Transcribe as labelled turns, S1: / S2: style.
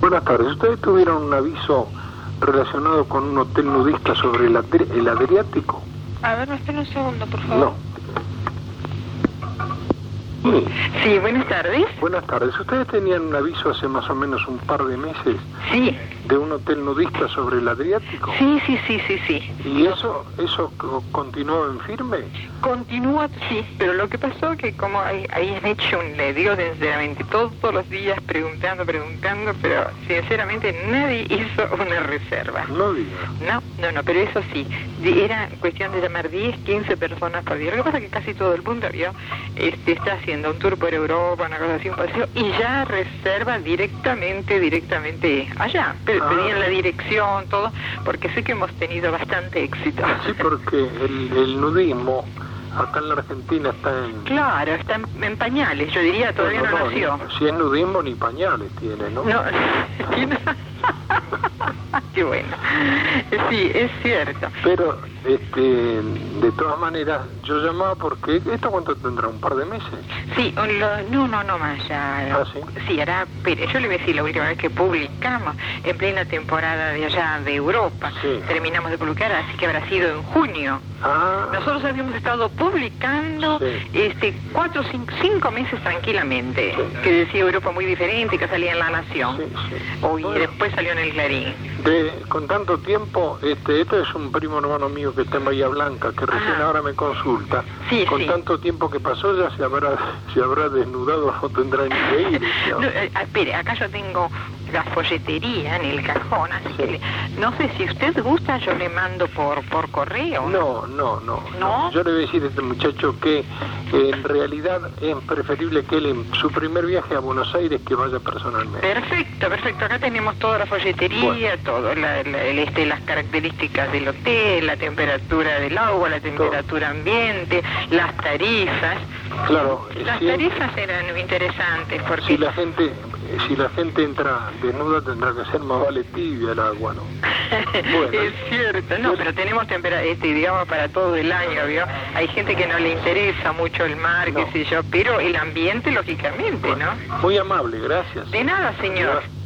S1: buenas tardes. ¿Ustedes tuvieron un aviso relacionado con un hotel nudista sobre el, Adri- el Adriático?
S2: A ver, espera un segundo, por favor.
S1: No. Sí.
S3: Sí, buenas tardes.
S1: Buenas tardes. ¿Ustedes tenían un aviso hace más o menos un par de meses
S3: Sí,
S1: de un hotel nudista sobre el Adriático?
S3: sí, sí, sí, sí, sí.
S1: ¿Y eso, eso co- continuó en firme?
S3: Continúa, sí, pero lo que pasó que como hay- habían hecho un, le digo sinceramente, todos, todos los días preguntando, preguntando, pero sinceramente nadie hizo una reserva.
S1: No diga.
S3: No, no, no, pero eso sí, di- era cuestión de llamar 10, 15 personas por día. Lo que pasa es que casi todo el mundo vio, este, está haciendo un tour por Europa, una cosa así, un paseo, y ya reserva directamente, directamente allá. Pero
S1: Ah.
S3: pedían la dirección, todo, porque sé que hemos tenido bastante éxito.
S1: Sí, porque el, el nudismo acá en la Argentina está en...
S3: Claro, está en, en pañales, yo diría, todavía no,
S1: Bueno, no,
S3: nació.
S1: ni- Si es nudismo, ni pañales tiene, ¿no?
S3: No, qué bueno. Sí, es cierto.
S1: Pero, este, de todas maneras, yo llamaba porque... ¿Esto cuánto tendrá? ¿Un par de meses?
S3: Sí, o lo- no, no, no más ya.
S1: Ah, sí.
S3: era, pero yo le voy a decir la última vez que publicamos, en plena temporada de allá de Europa,
S1: Sí.
S3: terminamos de publicar, así que habrá sido en junio.
S1: Ah,
S3: Nosotros habíamos estado publicando
S1: Sí.
S3: este cuatro, cinco, cinco meses tranquilamente,
S1: Sí.
S3: que decía Europa muy diferente, que salía en La Nación.
S1: sí, sí.
S3: Oh, y
S1: Bueno,
S3: después salió en el Clarín.
S1: de- con tanto tiempo, este, este es un primo hermano mío que está en Bahía Blanca, que recién
S3: Ah.
S1: ahora me consulta.
S3: Sí,
S1: con
S3: sí.
S1: tanto tiempo que pasó ya se habrá, se habrá desnudado o tendrá ni que ir. ¿no?
S3: No, eh, espere, acá yo tengo la folletería en el cajón, así que le- no sé si usted gusta, yo le mando por por correo.
S1: No, no, no.
S3: ¿No?
S1: Yo le voy a decir a este muchacho que eh, en realidad es preferible que él en su primer viaje a Buenos Aires que vaya
S3: Eh,
S1: personalmente.
S3: Perfecto, perfecto. Acá tenemos toda la folletería,
S1: Bueno.
S3: todo, la- la- el- este, las características del hotel, la temperatura del agua, la temperatura ambiente, las tarifas.
S1: Claro, eh,
S3: Las
S1: si,
S3: tarifas eran interesantes porque
S1: si la gente eh, si la gente entra desnuda tendrá que ser más vale tibia el agua, ¿no? Bueno.
S3: es cierto, no, pero tenemos tempera este idioma para todo el año, ¿vio? Hay gente que no le interesa mucho el mar,
S1: No.
S3: qué sé yo, pero el ambiente, lógicamente, ¿no?
S1: Muy amable, gracias.
S3: De nada, señor.
S1: Gracias.